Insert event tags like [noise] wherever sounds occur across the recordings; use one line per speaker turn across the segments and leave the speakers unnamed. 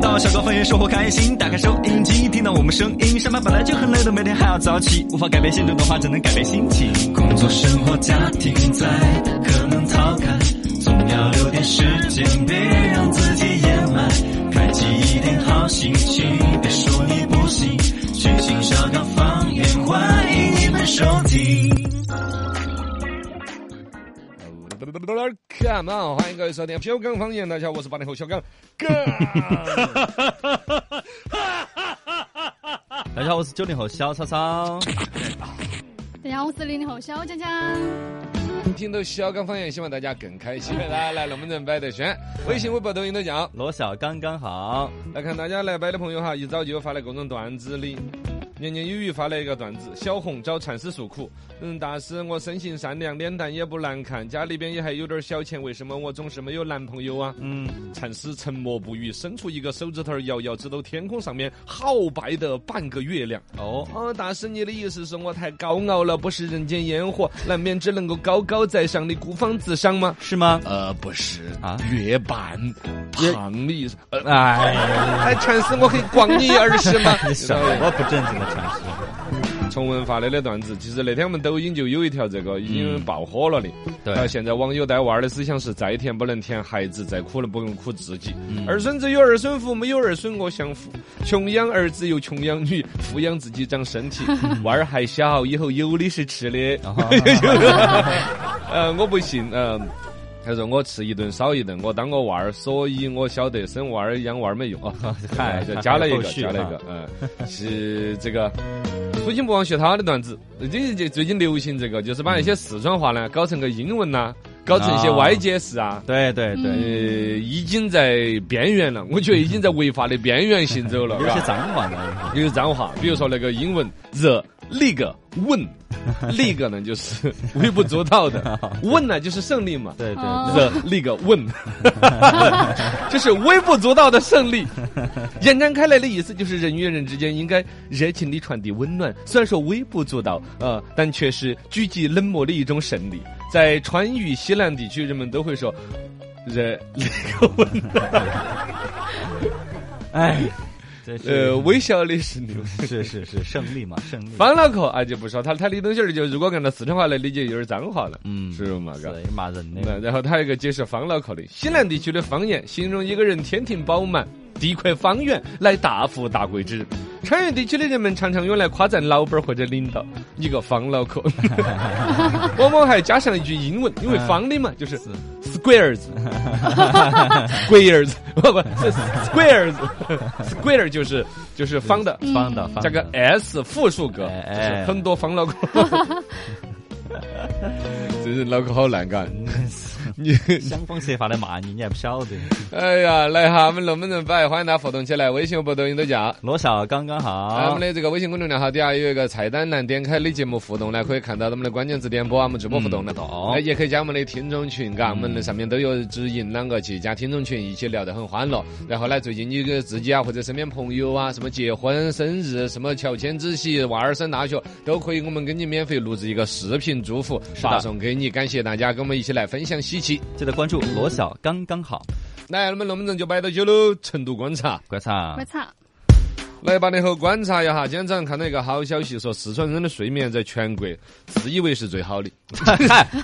到小高方言生活开心，打开收音机，听到我们声音。上班本来就很累的，每天还要早起，无法改变现状的话，只能改变心情。工作、生活、家庭在，可能逃开，总要留点时间，别让自己掩埋。开启一点好心情，别说你不行，全新小高方言，欢迎你们收听。
Come on，欢迎各位收听小刚方言。大家好，我是八零后小刚哥。
大家好，我是九零后小超超。
大家好，我是零零后小江江。
啊
听到小刚方言，希望大家更开心。来来，龙门阵摆得轩， [laughs] 微信、微博、抖音都讲。
罗小刚刚好，
来看大家来摆的朋友哈，一早就有发来各种段子的。年年有余发了一个段子：小红找禅师诉苦。嗯，大师，我生性善良，脸蛋也不难看，家里边也还有点小钱，为什么我总是没有男朋友啊？
嗯，
禅师沉默不语，伸出一个手指头，遥遥指到天空上面好白的半个月亮。
哦，
哦，大师，你的意思是我太高傲了，不是人间烟火，难免只能够高高在上的孤芳自赏吗？
是吗？
呃，不是
啊
月半
也
胖的意思。呃，
哎呀，？
哎，禅师，我可以逛 [laughs] 你耳饰吗
[laughs] 你什么不正经的常识？ [laughs]
重温发来的段子，其实那天我们抖音就有一条这个已经爆火了的。
对
然后现在网友带娃儿的思想是：再甜不能甜孩子，再苦了不能苦自己。儿孙自有儿孙福，没有儿孙我享福。穷养儿子又穷养女，富养自己长身体。娃儿还小，以后有的是吃的。呃，我不信，嗯、他说我吃一顿少一顿，我当个娃儿，所以我晓得生娃儿养娃儿没用啊。 [laughs]
[laughs] 嗨
就加了一
后
个，
续
加了一个，嗯，是这个。不行不忘学他的段子，最近最近流行这个，就是把那些四川话呢搞成个英文呐、搞成一些
啊
歪解释啊。
对对对，
呃，已经在边缘了，我觉得已经在违法的边缘行走了。
有
是吧
些脏话呢。
有脏话，比如说那个英文 the league [laughs] win league 呢，就是微不足道
[laughs]
的 win 呢就是胜利嘛。
对对
哦
The league [laughs] win，就是微不足道的胜利。延展开来的意思就是人与人之间应该热情地传递温暖，虽然说微不足道，呃，但却是狙击冷漠的一种胜利。在川渝西南地区，人们都会说 the league win，
哎，这 [laughs]
呃，
是
微笑的是牛。
是是是胜利嘛，胜利。
方脑壳啊就不说他，他的东西儿就如果按照四川话来理解，有点脏话了，
嗯，
是不嘛？嘎。
对，骂人的。
那然后他有一个解释方脑壳的，西南地区的方言，形容一个人天庭饱满、地阔方圆，乃大富大贵之人。川渝地区的人们常常用来夸赞老板儿或者领导，你个方
[laughs]
脑壳。往往还加上一句英文，因为方的嘛，就是
嗯 [laughs]
square 子，square 子，不不是 square 子，square 就是就是方的，
方的，方
加个
的
s 复数格，
哎
就
哎
是很多方脑壳。
[laughs]
真是脑壳好难干，
嗯
你
想方设法的骂你，你还不晓得。
哎呀，来哈，我们能不能摆？欢迎大家互动起来，微信、微博、抖音都加。
罗小刚刚
来，我
好
们，的这个微信公众账号底下有一个菜单栏，点开的节目互动呢，可以看到我们的关键字点播啊，我们直播互动的。
嗯懂
哎也可以加我们的听众群，嘎，我们的上面都有指引，啷个去加听众群，一起聊得很欢乐。然后呢，最近你给自己啊，或者身边朋友啊，什么结婚、生日，什么乔迁之喜、娃儿升大学，都可以，我们给你免费录制一个视频祝福，发送给你。感谢大家跟我们一起来分享喜气。
记得关注罗小刚刚好。
来，我们能不能就摆到久喽？成都观察。
观察
我，操！
来，八零后观察一下，今天早上看到一个好消息，说四川人的睡眠在全国自以为是最好的
嗨，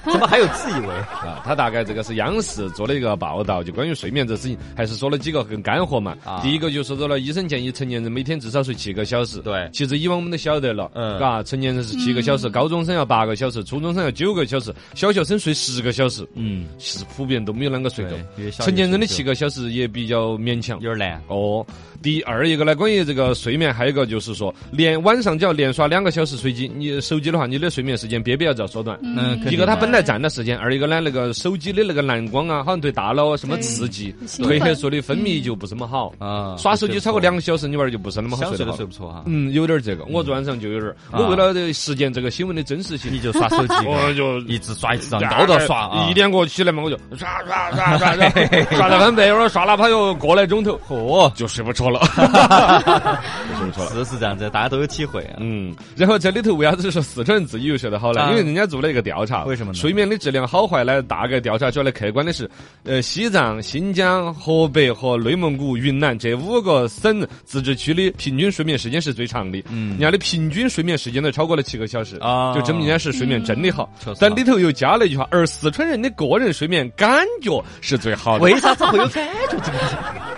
怎么还有自以
[laughs]
为？
啊。他大概这个是央视做了一个报道，就关于睡眠这事情，还是说了几个很干货嘛。
啊
第一个就说到了，医生建议成年人每天至少睡七个小时。
对
其实以往我们都晓得了，
嗯
嘎，成年人是七个小时，高中生要八个小时，初中生要九个小时，小学生睡十个小时，
嗯，
其实普遍都没有啷个睡够。
对，
成年人的七
个
个小时也比较勉强。
有点难。
哦，第二一个呢，关于这个睡眠，还有一个就是说，连晚上只要连刷两个小时手机，你手机的话，你的睡眠时间别必要遭缩短。
嗯肯
一
定
个它
他
本来占的时间，二一个呢，那个手机的那个蓝光啊，好像对大脑什么
对
刺激，
兴
褪黑
奋嗯
素的分泌就不是那么好。
啊，
刷手机超过两
两
个小时，你娃儿就不是那么好
小
睡
时
得
都
好
睡。不错啊哈。
嗯，有点儿这个，我昨晚上就有点儿，我
啊
为了实践这个新闻的真实性
你，就刷手机，
[laughs] 我就
一直刷一直让高到刷啊，
一点过起来
[laughs]
嘛，我就刷刷刷刷刷刷到翻倍，我说刷哪怕有个来钟头，
嚯，
就睡不着了。
这么说是是这样子，大家都有体会啊。
嗯，然后这里头为啥子说四川人自己又学得好呢？
啊
因为人家做了一个调查，
为什么呢
睡眠的质量好坏呢？大概调查出来客观的是，呃，西藏、新疆、河北和内蒙古、云南这五个省自治区的平均睡眠时间是最长的。嗯，人家的平均睡眠时间都超过了七个小时
啊嗯
就证明人家是睡眠真的好
确实。
但里头又加了一句话，而四川人的个人睡眠感觉是最好的。
为啥子会有感觉？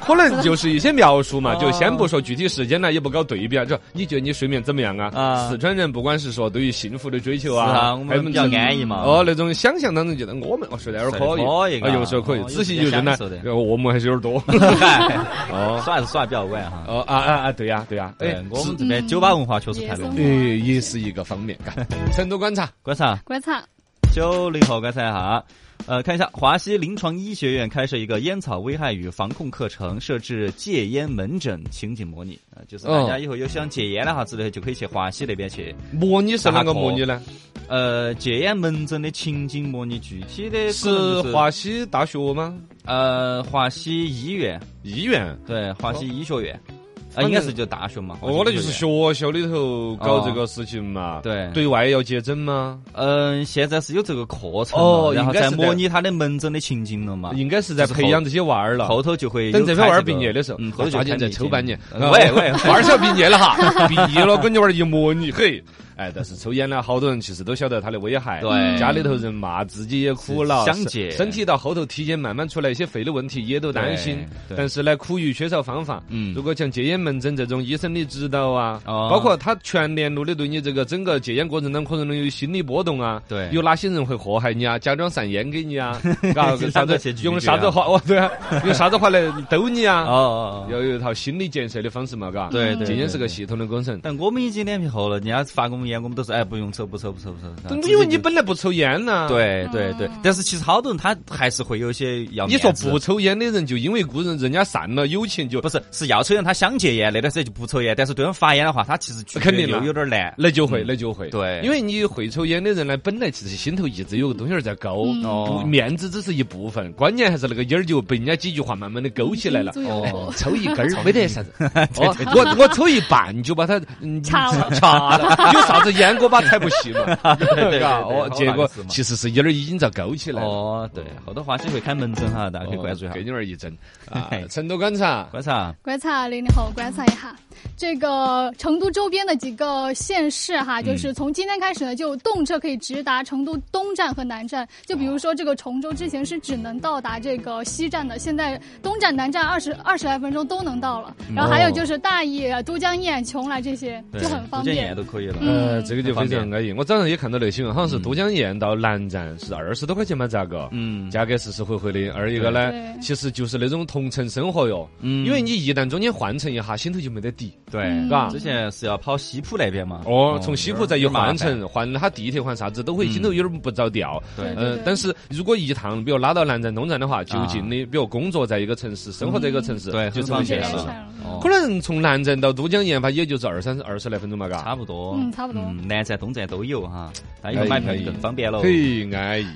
可能就是一些描述
哦
嘛，就先不说具体时间呢，也不搞对比啊。就你觉得你睡眠怎么样啊？
啊
四川人不管是说对于幸福的追求
是啊
啊
我，们
还有
比较
这种
安逸嘛
哦，那种想象当中觉得我们哦睡得有点
睡得
可
可
以，
以
啊，
啊
有时候可以，
哦
仔细就真的
有时候，
呃我们还是有点
[laughs]
多。
[laughs] 哦，耍还是耍得比较晚哈。
哦啊啊啊，对呀对呀，哎
哎，我们这边酒吧文化确实太浓
呃
嗯。
也是一个方面。嘎成都观察，
观察
观察，
啊九零后观察一下，呃，看一下华西临床医学院开设一个烟草危害与防控课程，设置戒烟门诊情景模拟，呃就是大家以后有想戒烟的哈之类的，就可以去华西那边去。
模拟是哪个模拟呢？
呃，戒烟门诊的情景模拟，具体的可能
是
[laughs] 就是
华西大学吗？
呃华西医院，
医院？
对，华西医学院，啊、
反正
应该是就大学嘛。
哦，那就
华
是
西医
学
院。
校里头搞这个事情嘛。
对
对外要接诊吗？
嗯、现在是有这个课程了，
哦
然后
应该
再
是
模
在
拟他的门诊的情景了嘛。
应该是在
啊就是
培养这些娃儿了。
后头就会有
等这篇娃
开
儿
个
毕业的时候，
嗯，后头就
抓紧
开
再
这
抽
个
半年。
呃喂喂，
娃儿要毕业了
[laughs]
哈，毕业了跟你娃儿一模拟，嘿。哎，但是抽烟呢，好多人其实都晓得它的危害，
对
家里头人骂，自己也苦恼，
是想
身
戒
身体到后头体检慢慢出来一些肺的问题，也都担心。
对对
但是呢，苦于缺少方法。
嗯
如果像戒烟门诊这种医生的指导啊，
哦
包括他全年度的对你这个整个戒烟过程当中可能有心理波动啊，
对
有哪些人会祸害你啊，假装散烟给你
[laughs]
啊，嘎
用
啥
啥
子
子去拒绝啊
用啥子话 [laughs] 哦，对啊，用啥子话来兜你啊？
哦哦哦。
要有一套心理建设的方式嘛，嘎。
对对对
戒烟是个系统的工程。
但我们已经脸皮厚了，人家发给我们烟，我们都是哎不用抽不抽不抽不抽。然后自己
因为你
就
本来不抽烟呐。。
对对对，但是其实好多人他还是会有一些要
你说
面子
不抽烟的人，就因为故人人家散了友情，就
不是是要抽烟，他想戒烟，那段时间就不抽烟，但是对方发烟的话，他其实拒绝
肯定
又
了
有点难。
那就会，那就会。
对
因为你会抽烟的人呢，本来其实心头一直有个东西儿在勾，
嗯
哦
不面子只是一部分，关键还是那个烟儿就被人家几句话慢慢的勾起来了。
左右 [laughs]
哦， [laughs] 抽一根儿没得 [laughs] 啥子，哦，我我抽一半就把它嗯
掐了
掐了，有啥子烟锅巴踩不细
[laughs]
嘛？
对
嘎
对
哦，
好
结果
意思嘛
其实是烟儿已经在勾起来了。哦
哦，对，好多花西会开门诊哈，大家可以关注一下啊
给。你们儿一针啊
嘿！
[laughs] 成都观察，
观察，
观察零零后，观察一下这个成都周边的几个县市
嗯
哈，就是从今天开始呢，就有动车可以直达成都东站和南站。就比如说这个崇州之前是只能到达这个西站的，现在东站、南站二十二十来分钟都能到了。然后还
哦
有就是大邑、都江堰、邛崃这些
对
就很方
福建
便
盐。都可以了。
嗯
呃，这个就非常安逸。我早上也看到那新闻，好像是都江堰到南站是二十多块钱嘛，咋个？
嗯
价格实实惠惠的。二一个呢
对，对
其实就是那种同城生活哟，
嗯
因为你一旦中间换乘一下，心头就没得底，
嗯
对，
嘎
之。前是要跑西浦那边嘛。
哦，从西浦再一
有点麻烦
换
嗯
乘，换它地铁换啥子，都会心头有点不着调。
对
对
嗯
对，
但是如果一趟，比如拉到南站、东站的话，就近的，比如工作在一个城市，生活在一个城市，
啊嗯对，
就
很
这么
方
简
便
这
单
个
了
是。
了。哦
可能从南站到都江堰吧，也就是二三二十来分钟嘛，嘎。
差不多，
嗯差不多
嗯，南站、东站都有哈，那以后买票就更方便喽。
嘿，安逸。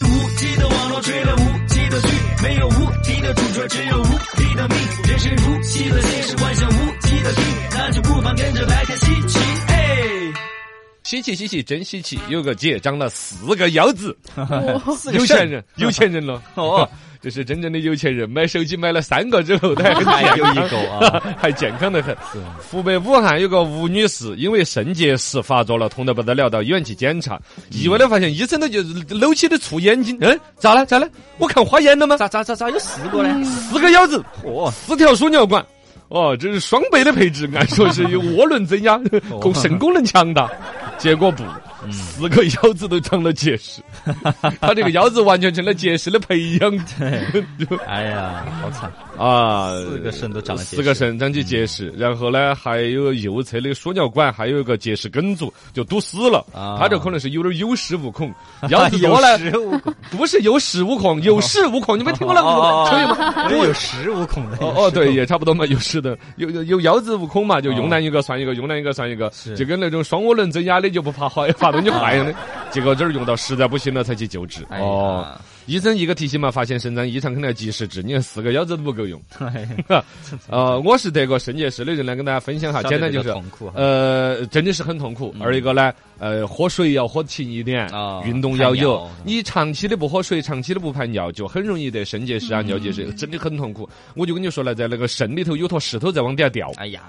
无极的网络追了无极的剧，没有无敌的主角，只有无敌的命。人生如戏的现实，幻想无极的剧，那就不妨跟着来看稀奇。嘿。
稀奇稀奇，真稀奇！有个姐长了四个腰子，
[laughs]
四
有钱人，有钱
[laughs]
人了哦， [laughs] 这是真正的有钱人。买手机买了三个
[laughs]
之后，他还很
还
健
哎有一个
[laughs]
啊，
还健康得很。湖北武汉有个吴女士，因为肾结石发作了，痛得不得了，到医院去检查，
嗯
意外的发现医生都就搂起的触眼睛，嗯，咋了咋了？我看花眼了吗？嗯
咋咋咋咋有四个呢？
四个腰子，
嚯，
四条输尿管。哦，这是双倍的配置，按说是有涡轮增压，
[laughs] 哦
供肾功能强大。结果不，
嗯
四个腰子都长了
[laughs]
结石，他这个腰子完全成了结石的培养体 [laughs]
哎呀，好惨，
啊！
四个肾都长了嗯结石
四个肾长起结石，然后呢，还有右侧的输尿管，还有一个结石梗阻，就堵死了。
啊
他这可能是有点有恃无
[laughs]
恐，腰子多
有
了
十五个，
不是有恃无恐，有恃无恐，你没听过
[laughs]
那
哦哦
个
哦
成语吗？ [laughs]
我有十五孔的。
哦哦，对，也差不多嘛，有是的，有有有窑子悟空嘛，就用南一个算一个，用南一个算一个，
哦是
就跟那种双涡
[laughs]
轮 [laughs] 增压的就不怕坏，怕东西坏人的。结果这儿用到实在不行了才去救治。
哎呀 [laughs]
哦，医生一个提醒嘛，发现肾脏异常肯定要及时治，你看四个腰子都不够用。呃，我是得过肾结石的人来跟大家分享哈，
稍微
简单
比
就
较
是。
痛苦哈啊嗯
呃，真的是很痛苦。二一个呢，呃，喝水要喝勤一点，
啊
运动要
排
有
尿。
你长期的不喝水，长期的不排尿，就很容易得肾结石啊、尿结
嗯
石，真的很痛苦。我就跟你说了，在那个肾里头有坨石头在往底下掉，
哎呀，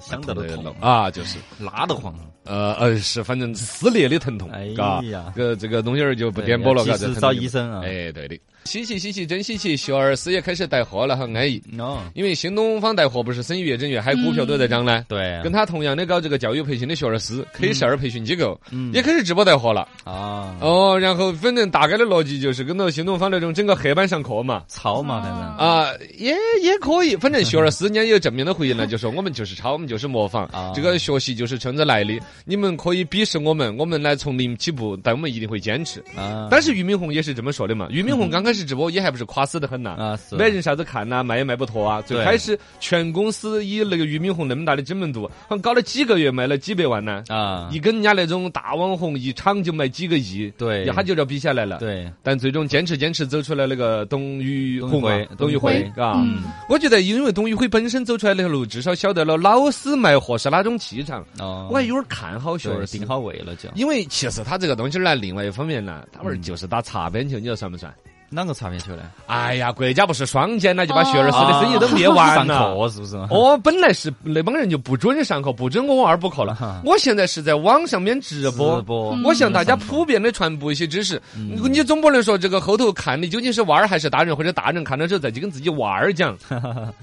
想到都痛，
啊，就是。
拉得慌。啊
呃呃，是反正撕裂的疼痛，
哎
嘎
呀，
这个这个东西儿就不点播了，
对
嘎，
要
这
及时
疼痛
找
就
医生啊。
哎，对的，稀奇稀奇，真稀奇！学而思也开始带货了，很安逸。
哦，
因为新东方带货不是生意越整越嗨，股票都在涨呢。
嗯对，啊
跟他同样的搞这个教育培训的学而思 K 十二培训机构，
嗯
也开始直播带货了。
啊，
哦，然后反正大概的逻辑就是跟到新东方那种整个黑板上课嘛。
操嘛，反正
啊、也也可以，反正学而思，人家有正面的回应了，就说我们就是抄，我们就是模仿，
[laughs] 啊
这个学习就是这样子来的。你们可以鄙视我们，我们来从零起步，但我们一定会坚持。
啊，
但是俞敏洪也是这么说的嘛，俞敏洪
嗯
刚开始直播也还不是垮死的很呐、
啊是
没人啥子看呐、卖也卖不脱啊。最
对
开始全公司以那个俞敏洪那么大的知名度，好像搞了几个月卖了几百万呢、
啊
你，跟人家那种大网红一场就卖几个亿，
对
一下就要比下来了。
对，
但最终坚持坚持走出来那个董宇
董宇
辉
辉
嘛，
董
董
宇
宇辉
辉，
嘎
嗯。
啊我觉得，因为董宇辉本身走出来那条路，至少晓得了老师卖货是哪种气场，
哦，
我还有点看好学
对
而
定
思。
好位了就。
因为其实他这个东西儿呢，另外一方面呢，他玩儿
嗯
就是打擦边球，你说算不算？
啷个擦边球呢？
哎呀，国家不是双减了，就把
哦
学
啊
而思的生意都灭完
上
了。
课是不是？
哦，本来是那帮人就不准上课，不准我娃儿补课了。我现在是在网上面直播，嗯
直播嗯
我向大家普遍的传播一些知识。你你总不能说这个后头看的究竟是娃儿还是大人，或者大人看了之后再去跟自己娃儿讲，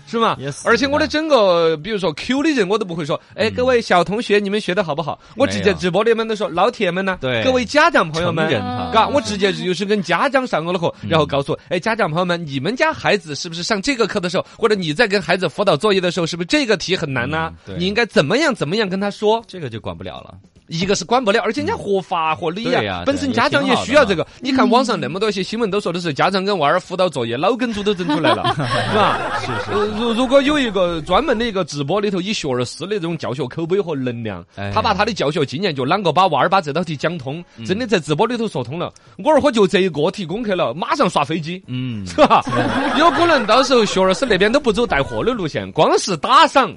是吗
也？是
而且我的
的嗯
整个，比如说 Q 的人，我都不会说，哎，各位小同学，你们学的好不好？我直
没
接
有
直播里面都说，老铁们呢，
对
各位家长朋友
成
们，
人哈，
嘎，我直接就是跟家长上过的课，
嗯
然后告诉我，哎，家长朋友们，你们家孩子是不是上这个课的时候，或者你在跟孩子辅导作业的时候，是不是这个题很难呢、
嗯对
你应该怎么样怎么样跟他说？
这个就管不了了。
一个是管不了，而且人家合法合理
嗯
啊
对呀
呀。本身家长也需要这个。你看
嗯
网上那么多一些新闻都说的是家长跟娃儿辅导作业，脑梗阻都整出
[laughs]
来了，是吧？
是是
呃如如果有一个专门的一个直播里头以学而思的这种教学口碑和能量
哎，嗯
他把他的教学经验就啷个把娃儿把这道题讲通，真的在直播里头说通了。我儿豁就这一个题功课了，马上刷
[laughs]
飞机。
嗯，
是吧？有可能到时候学而思那边都不走带货的路线，光是
[laughs]
打赏，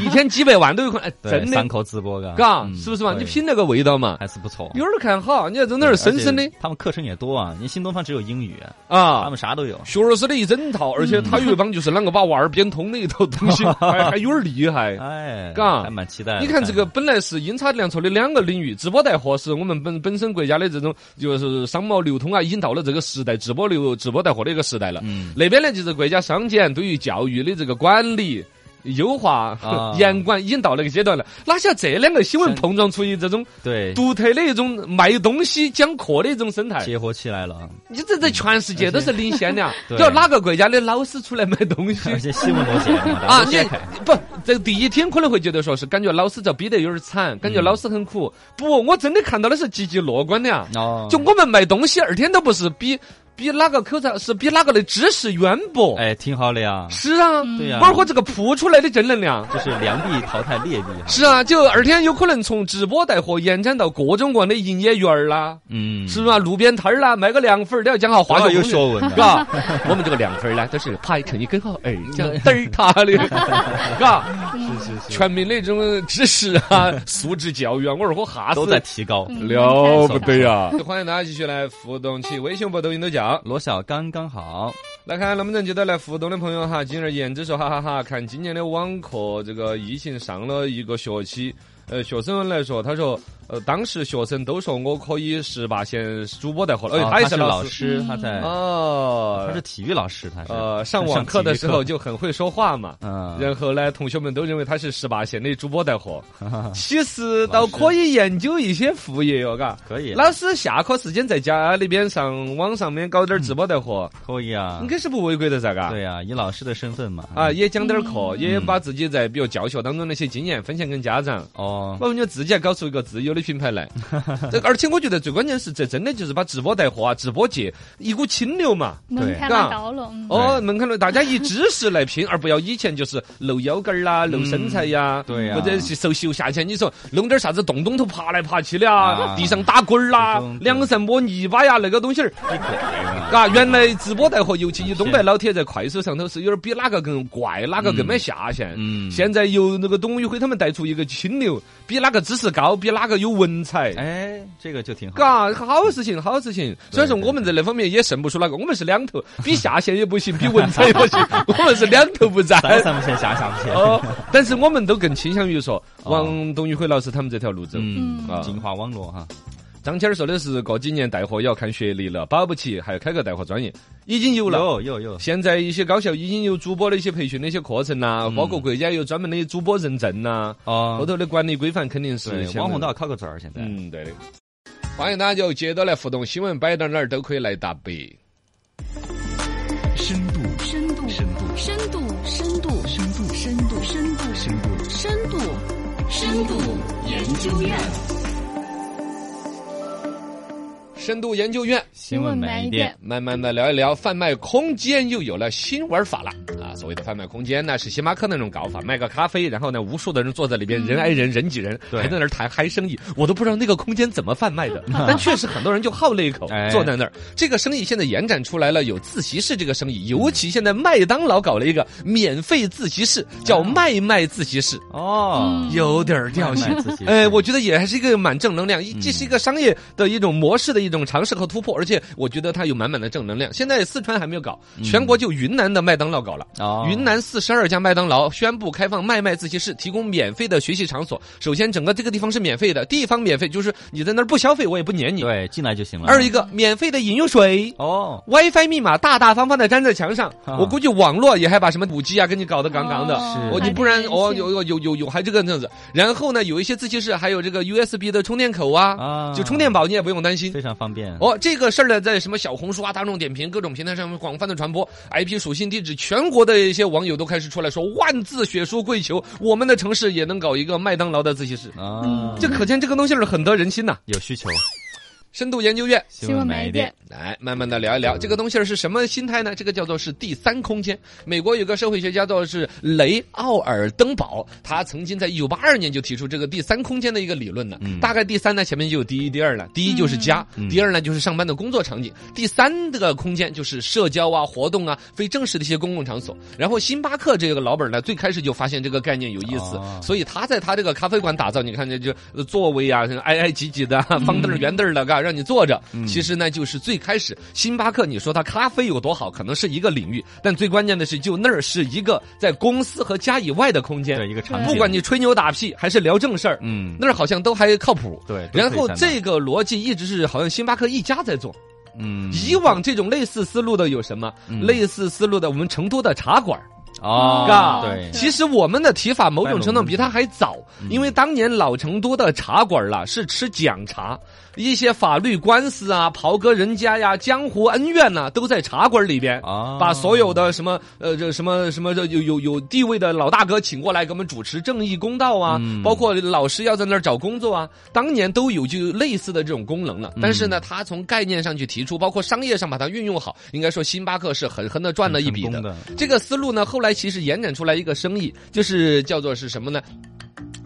一天几百万都有可能。哎
对
真的
上，课直播嘎，
嘎，
嗯
是不是嘛？
对
你品那个味道嘛，
还是不错。
啊有点儿看好，你要真在那儿深深的
而且他们课程也多啊，你新东方只有英语，他
啊。
们啥都有。
学而思的一整套，而且他有一帮就是啷个把娃儿编通的一套东西，还还 [laughs] 有点儿厉害。
哎，
嘎
还蛮期待的。
你看这个哎本来是阴差阳错的两个领域，直播带货是我们本本身国家的这种就是商贸流通啊，已经到了这个时代，直播流直播带货的一个时代了。
嗯
那边呢就是国家商检对于教育的这个管理。优化 [laughs]
啊、
严管已经到那个阶段了，哪像这两个新闻碰撞出一这种
对
独特的一种卖东西讲课的一种生态？
结合起来了，
你这在全世界都是领先的啊，
嗯
[laughs]
对
要哪个国家的老师出来卖东
[laughs]
西
而且新闻多写
啊？
啊
你不，这第一天可能会觉得说是感觉老师遭逼得有点惨，
嗯
感觉老师很苦。不，我真的看到的是积极乐观的啊！
哦，
就我们卖东西，二天都不是比比哪个口才，是比哪个的知识渊博。
哎，挺好的呀，
是啊，
对呀，
包括这个铺出来的正能量。
就是良币淘汰劣币啊，
是啊，就二天有可能从直播带货延展到各种各样的营业员儿啦，
嗯，哦
是吧？路边摊儿啦，卖个凉粉儿都要讲下化
化
学
学有
工
学
艺
问的，
嘎， [laughs] 我们这个凉粉儿啊呢，都是拍成一根号儿，这样嘚儿塌的，嘎，
是是是，
全民的这种知识啊、素质教育啊，我二货哈死
都在嗯提高。
嗯
了不得呀！
呀！
欢迎大家继续来互动起，微信、微博、抖音都叫。
罗小刚刚好，
来看能不能接到来互动的朋友哈。今儿言之说哈哈哈，看今年的网课，这个疫情上了一个学期。呃，学生们来说，他说，呃，当时学生都说我可以十八线主播带货了，哎，
哦
也
是
老
老。师，他在，
哦，
哎他是体育老师，他是，
呃，上网课的时候就很会说话嘛。
嗯，
然后呢，同学们都认为他是十八线的主播
[laughs]
带货，其实倒可以研究一些副业哟，嘎。
可以，啊
老师下课时间在家里边上网上面搞点儿直播带货，
可以啊
应，该是不违规的噻，嘎。啊
对嗯啊，以老师的身份嘛，
啊，，也讲点儿课，也把自己在比如教学当中那些经验分享给家长。
哦，
我感觉自己还搞出一个自有的品牌
[laughs]
来。这而且我觉得最关键是，这真的就是把直播带货啊，直播界一股清流嘛。
门槛拉高了，嗯，
哦，门槛了，大家以知识
[laughs]
来拼，而不要以前就是露腰杆儿啦、露身材呀，
嗯对呀
或者是手秀下潜，你说弄点啥子洞洞头爬来爬去的啊
啊，
地上打滚儿啦
这种，
两扇摸泥巴呀，那个东西儿。
哎
啊，原来直播带货，尤其以东北老铁在快手上头是有点比哪个更怪，哪个更没下限。
嗯
现在由那个董宇辉他们带出一个清流，比哪个知识高，比哪个有文采。
哎，这个就挺好。
嘎，好事情，好事情。虽然说我们在那方面也胜不出哪个，我们是两头，比下限也不行，比文采也 [laughs] 不行，我们是两头不沾。
咱上不先下下不先。
哦，但是我们都更倾向于说往董宇辉老师他们这条路走。
嗯
啊，
进化网络哈，
张谦儿说的是过几年带货也要看学历了，保不齐还要开个带货专业，已经有了。
有有有，
现在一些高校已经有主播的一些培训的一些课程啦，包括国家有专门的主播认证呐，后
哦，
头的管理规范肯定是
对，
相
网红
当
都要考个证儿，现在。
嗯，对的。欢迎大家就接着来互动，新闻摆到哪儿都可以来答辩。
深度，
深度，
深度，
深度，深度，
深度，
深度，深度，
深度。
深度，深度研究院。
深度研究院
新
闻
闻
买
买
一
一
点
点，
慢慢的聊一聊，贩卖空间又有了新玩法了啊！所谓的贩卖空间呢，是星巴克那种搞法，卖个咖啡，然后呢，无数的人坐在里边，人挨人，人挤人，
对
还在那儿谈嗨生意，我都不知道那个空间怎么贩卖的，但确实很多人就好那一口，
哎
坐在那儿。这个生意现在延展出来了，有自习室这个生意，尤其现在麦当劳搞了一个免费自习室，叫麦麦自习室，
嗯
哦，
有点儿调性。
卖自己
[laughs] 哎，我觉得也还是一个蛮正能量，一这是一个商业的一种模式的一种尝试和突破，而且我觉得它有满满的正能量。现在四川还没有搞，全国就云南的麦当劳搞了。
哦
云南四十二家麦当劳宣布开放麦麦自习室，提供免费的学习场所。首先，整个这个地方是免费的，地方免费，就是你在那儿不消费，我也不撵你。
对进来就行了。
二一个，免费的饮用水。
哦，
WiFi 密码大大方方的粘在墙上，
啊
我估计网络也还把什么五 G 啊给你搞得杠杠的，
哦
是
我
还
就不然哦，有有有有有还这个那样子。然后呢，有一些自习室还有这个 USB 的充电口啊，
啊，
就充电宝你也不用担心。
非常方便。
哦，这个事儿呢，在什么小红书啊、大众点评各种平台上面广泛的传播，IP 属性地址，全国的一些网友都开始出来说，万字血书跪求，我们的城市也能搞一个麦当劳的自习室，
嗯
啊，
这可见这个东西是很得人心呐、
有需求，
深度研究院
新闻买一点，
来，慢慢的聊
嗯
一聊这个东西儿是什么心态呢？这个叫做是第三空间。美国有个社会学家叫做是雷奥尔登堡，他曾经在一九八二年就提出这个第三空间的一个理论呢。
嗯
大概第三呢，前面就有第一、第二了。第一就是家，
嗯
第二呢就是上班的工作场景，第三这个空间就是社交啊、活动啊、非正式的一些公共场所。然后星巴克这个老板儿呢，最开始就发现这个概念有意思，
哦
所以他在他这个咖啡馆打造，你看这就呃座位啊，挨挨挤挤的啊，
嗯
方凳儿圆凳儿的，嘎，让你坐着。其实呢，就是最开始星巴克，你说它咖啡有多好，可能是一个领域，但最关键的是，就那儿是一个在公司和家以外的空间
对，一个场景，
不管你吹牛打屁还是聊正事儿，
嗯，
那儿好像都还靠谱。
对，都可以
然后
看到
这个逻辑一直是好像星巴克一家在做，
嗯
以往这种类似思路的有什么？
嗯
类似思路的我们成都的茶馆儿，
哦，
嘎
对，
其实我们的提法某种程度比他还早，因为当年老成都的茶馆啦是吃讲茶，一些法律官司啊、袍哥人家呀、江湖恩怨呐、都在茶馆里边。
啊，
把所有的什么呃这什么什么这有有有地位的老大哥请过来给我们主持正义公道啊，
嗯
包括老师要在那儿找工作啊，当年都有就类似的这种功能了。但是呢，他从概念上去提出，包括商业上把它运用好，应该说星巴克是狠狠的赚了一笔
很成功的
这个思路呢，后来其实延展出来一个生意，就是叫做是什么呢？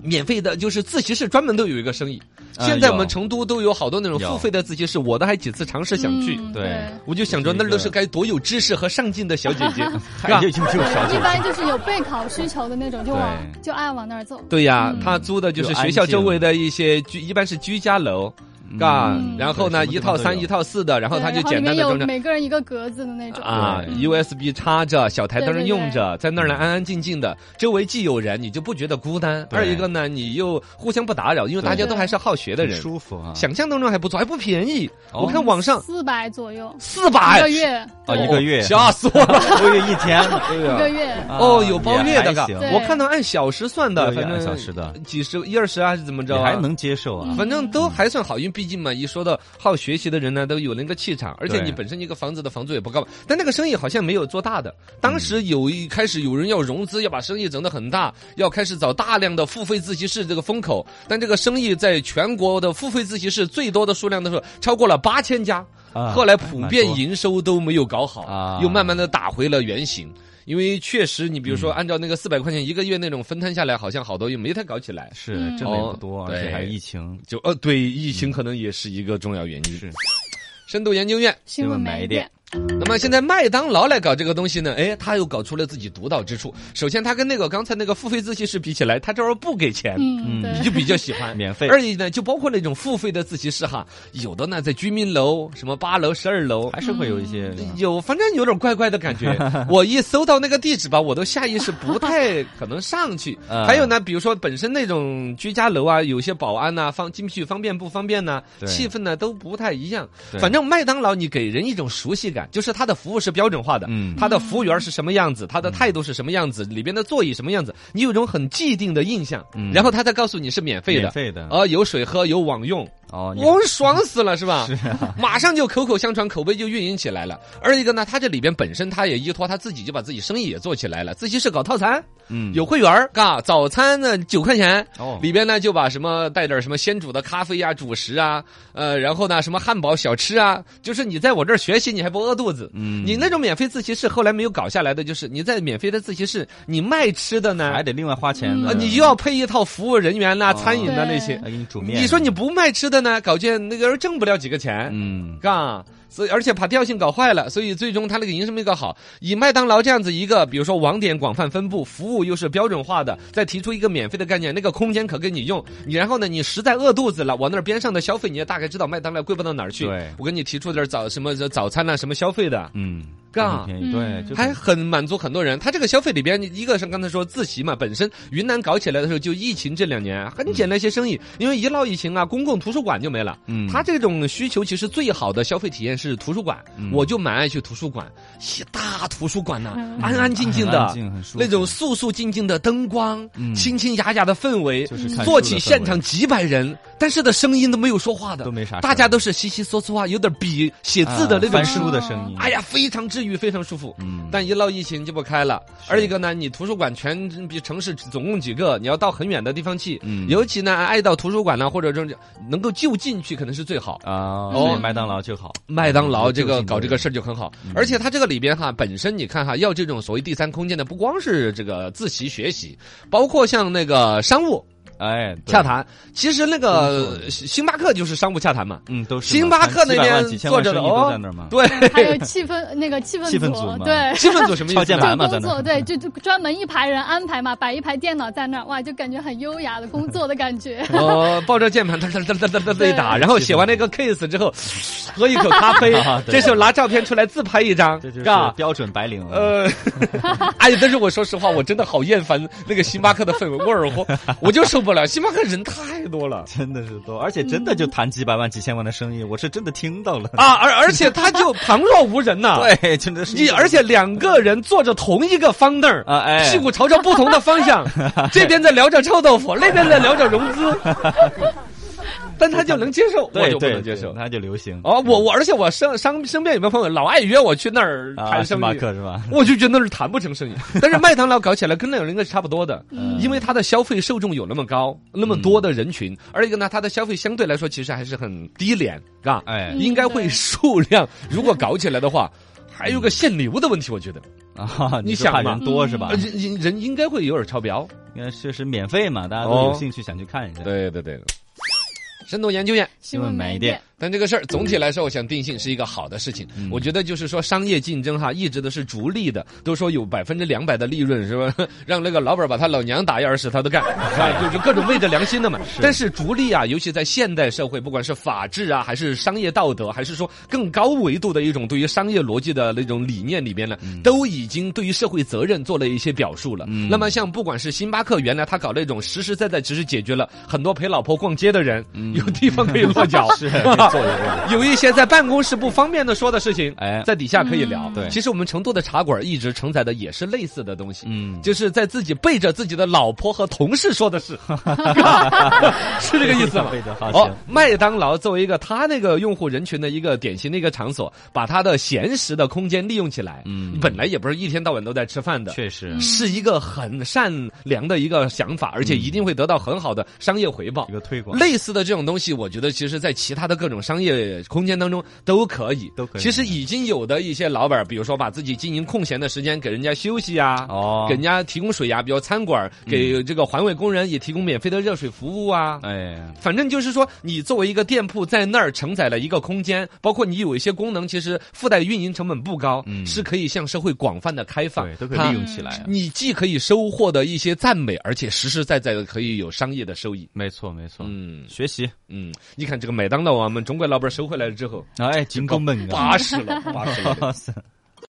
免费的，就是自习室专门都有一个生意。
啊
现在我
有
们成都都有好多那种
有
付费的自习室，我都还几次尝试想去。
嗯
对
对
我就想着那儿都是该多有知识和上进的小姐
[laughs]
姐，是吧
哎嗨，就？就就小
一
姐
般就是有备考需求的那种，就往
对
就爱往那儿走。
对呀、
嗯
他租的就是学校周围的一些居，一般是居家楼，嘎、
嗯
然后呢，
对
一
什么地方
套
都
三
有
一套四的，然后他就
对
简单的
然后
装
里面
着。
有每个人一个格子的那种。
啊
对
，USB 插着，小台灯
对对对
用着，在那儿呢安安静静的，周围既有人，你就不觉得孤单；
对
二一个呢，你又互相不打扰，因为
对
大家都还是好学的
很
人。
舒服啊，
想象当中还不错，还不便宜。
哦
我看网上
四百左右，
四
一
百
个月，
哦一个月
吓死我了。
[laughs] 我有一天，
一个月。
啊
哦，有包月的
也
嘎
还行，
对
我看到按小时算的，
对
反正
按小时的
几十一二十啊还是怎么
你
着啊？
还能接受啊，
反正都还算好，因为毕毕竟嘛，一说到好学习的人呢，都有那个气场，而且
对
你本身一个房子的房租也不高嘛，但那个生意好像没有做大的。当时有一开始有人要融资，要把生意整得很大，要开始找大量的付费自习室这个风口，但这个生意在全国的付费自习室最多的数量的时候，超过了八千家。
啊
嗯后来普遍
还蛮多
营收都没有搞好，
啊
又慢慢的打回了原形。因为确实，你比如说，
嗯
按照那个四百块钱一个月那种分摊下来，好像好多也没太搞起来。
是
嗯
挣的也
哦
不多，而且
对
还有疫情，
就呃，对，疫情可能也是一个重要原因。
嗯是
深度研究院。
新闻买一遍。
那么现在麦当劳来搞这个东西呢，哎，他又搞出了自己独到之处。首先，他跟那个刚才那个付费自习室比起来，他这儿不给钱。
嗯，
嗯
对
你。就比较喜
[laughs]
欢
免费
二一呢，就包括那种付费的自习室哈，有的呢在居民楼，什么八楼、十二楼，
还是会有一些嗯
有反正有点怪怪的感
[laughs]
觉。我一搜到那个地址吧，我都下意识不太 [laughs] 可能上去。
嗯
还有呢，比如说本身那种居家楼啊，有些保安呐、放进去方便不方便呐、
对
气氛呢都不太一样。
对
反正麦当劳你给人一种熟悉感，就是它的服务是标准化的，
嗯
它的服务员是什么样子，它的态度是什么样子，里边的座椅什么样子，你有一种很既定的印象，
嗯
然后他再告诉你是免费的，
免费的
啊，有水喝，有网用，
哦，你
我爽死了，是吧？是、
啊
马上就口口相传，口碑就运营起来了。二一个呢，他这里边本身他也依托他自己就把自己生意也做起来了，自习室搞套餐，
嗯
有会员儿，嘎，早餐呢九块钱，
哦
里边呢就把什么带点儿什么鲜煮的咖啡呀、主食啊，呃，然后呢什么汉堡小吃啊，就是你在我这儿学习，你还不饿肚子。
嗯
你那种免费自习室后来没有搞下来的，就是你在免费的自习室，你卖吃的呢
还，得另外花钱
啊
的，
你又要配一套服务人员呐、
哦
餐饮呐那些。
要给你煮面，
你说你不卖吃的呢，搞件那个人挣不了几个钱。
嗯
嘎。所以，而且把调性搞坏了，所以最终他那个营收没搞好。以麦当劳这样子一个，比如说网点广泛分布，服务又是标准化的，再提出一个免费的概念，那个空间可给你用。你然后呢，你实在饿肚子了，往那儿边上的消费，你也大概知道麦当劳贵不到哪儿去。
对
我给你提出点儿早什么早餐啦、什么消费的，
嗯，
嘎
很便宜
嗯
对，就
还很满足很多人。他这个消费里边，一个是刚才说自习嘛，本身云南搞起来的时候就疫情这两年很捡了一些生意，因为一闹疫情啊，公共图书馆就没了。
嗯
他这种需求其实最好的消费体验是图书馆，
嗯
我就蛮爱去图书馆，写大图书馆呐、
嗯
安安静静
很
的
安。静很舒服
那种肃肃静静的灯光，
嗯
清清雅雅的氛围，
就是看书
坐
的
嗯起
氛
现
围
场几百人，但是的声音都没有说话的，
都没啥声
大家都是稀稀嗦嗦啊，有点笔写字的
啊
那种
翻
声
书的声音，
哎呀，非常治愈，非常舒服。
嗯，
但一闹疫情就不开了。二一个呢，你图书馆全嗯比城市总共几个，你要到很远的地方去。
嗯
尤其呢，爱到图书馆呢，或者这种能够就近去，可能是最好。
啊，
哦
所以麦当劳就好，
麦当劳这
就
个
近
搞
的
这个事儿就很好
嗯，
而且它这个里边哈，本身你看哈，要这种所谓第三空间的，不光是这个自习学习，包括像那个商务
哎，对
洽，谈，其实那
工
个
作
星巴克就是商务洽谈嘛。
嗯，都是
星
嘛
巴克
几
那
百万
边
几千
坐
万
着
生
的
意都
哦
在那儿嘛，
对， [laughs]
还有气氛那个气氛
气氛组嘛
对。
兴奋组什么意
敲
思
键
呢？
盘
就
嘛
工
在那
作对，就就专门一排人安排嘛，摆一排电脑在那儿，哇，就感觉很优雅的工作的
[laughs]
感觉。
我抱着键盘哒哒哒哒哒哒哒一打，
对
然后写完那个 case 之后，喝一口咖啡
[laughs] 啊，对
这时候拿照片出来自拍一张，
这就是 [laughs]
嘎。
标准白领，
啊呃， [laughs] 哎，但是我说实话，我真的好厌烦那个星巴克的氛围，沃尔沃，我就受不了，星巴克人太
[laughs]
多了
真的是多，而且真
嗯
的就谈几百万、几千万的生意，我是真的听到了。
啊，而而且他就旁若无人呐、，
[laughs] 对，真的是
啊你而且两个人坐着同一个方凳儿
啊哎
屁股朝着不同的方
[laughs]
向，这边在聊着臭豆腐，那边在聊着融资， [laughs] 但他就能接受，我
对
就不
对
能接受。
那就流行
哦，我我而且我身商身边有没有朋友老爱约我去那儿
啊
谈
星
生意，
巴克是
[laughs]
吧？
我就觉得那是谈不成生
[laughs]
意。但是麦当劳搞起来跟那种应该是差不多的，
嗯
嗯
因为它的消费受众有那么高，那么多的人群，而一个呢，它的消费相对来说其实还是很低廉，嘎，
哎
应该会
对
数量。如果搞起来的话，还有个限流的问题，我觉得
[laughs] 啊，
嗯你
就怕
想嘛
人多是吧
呃？人人人应该会有点超标。
应该确实免费嘛，大家都
哦
有兴趣想去看一下。
对对对，深度研究院。
新
闻买一遍，
但这个事儿总体来说，我想定性是一个好的事情。
嗯
我觉得就是说，商业竞争哈，一直都是逐利的，都说有百分之两百的利润是吧？ [laughs] 让那个老板把他老娘打一耳屎他都干， [laughs] 啊，就是各种昧着良心的嘛。但是逐利啊，尤其在现代社会，不管是法治啊，还是商业道德，还是说更高维度的一种对于商业逻辑的那种理念里边呢，都已经对于社会责任做了一些表述了。
嗯
那么像不管是星巴克，原来他搞
嗯
[laughs] 那种实实在在，只是解决了很多陪老婆逛街的人有地方可以落脚，
是
吧
错的这个。
[laughs] 有一些在办公室不方便的说的事情，
哎
在底下可以聊。
对
其实我们成都的茶馆一直承载的也是类似的东西，
嗯
就是在自己背着自己的老婆和同事说
[laughs]
的事， [laughs] 是这个意思吗
背着？好
哦
行，
麦当劳作为一个它那个用户人群的一个典型的一个场所，把它的闲时的空间利用起来，
嗯
本来也不是一天到晚都在吃饭的，
确实，
是一个很善良的一个想法，
嗯
而且一定会得到很好的商业回报
一。个推广
类似的这种东西，我觉得其实在其他的各种商业空间当中都可以，
都可以
其实已经有的一些老板，比如说把自己经营空闲的时间给人家休息啊，
哦
给人家提供水呀、比如餐馆儿给这个环卫工人也提供免费的热水服务啊。
哎，
反正就是说，你作为一个店铺，在那儿承载了一个空间，包括你有一些功能，其实附带运营成本不高，
嗯
是可以向社会广泛的开放
对，，都可以利用起来啊。
你既可以收获的一些赞美，而且实实在在的可以有商业的收益。
没错，没错，
嗯
学习，
嗯，你看这个麦当劳啊，我们中国老板收回来了之后，
哎，进攻门啊，
巴适了，巴适了。
哇塞，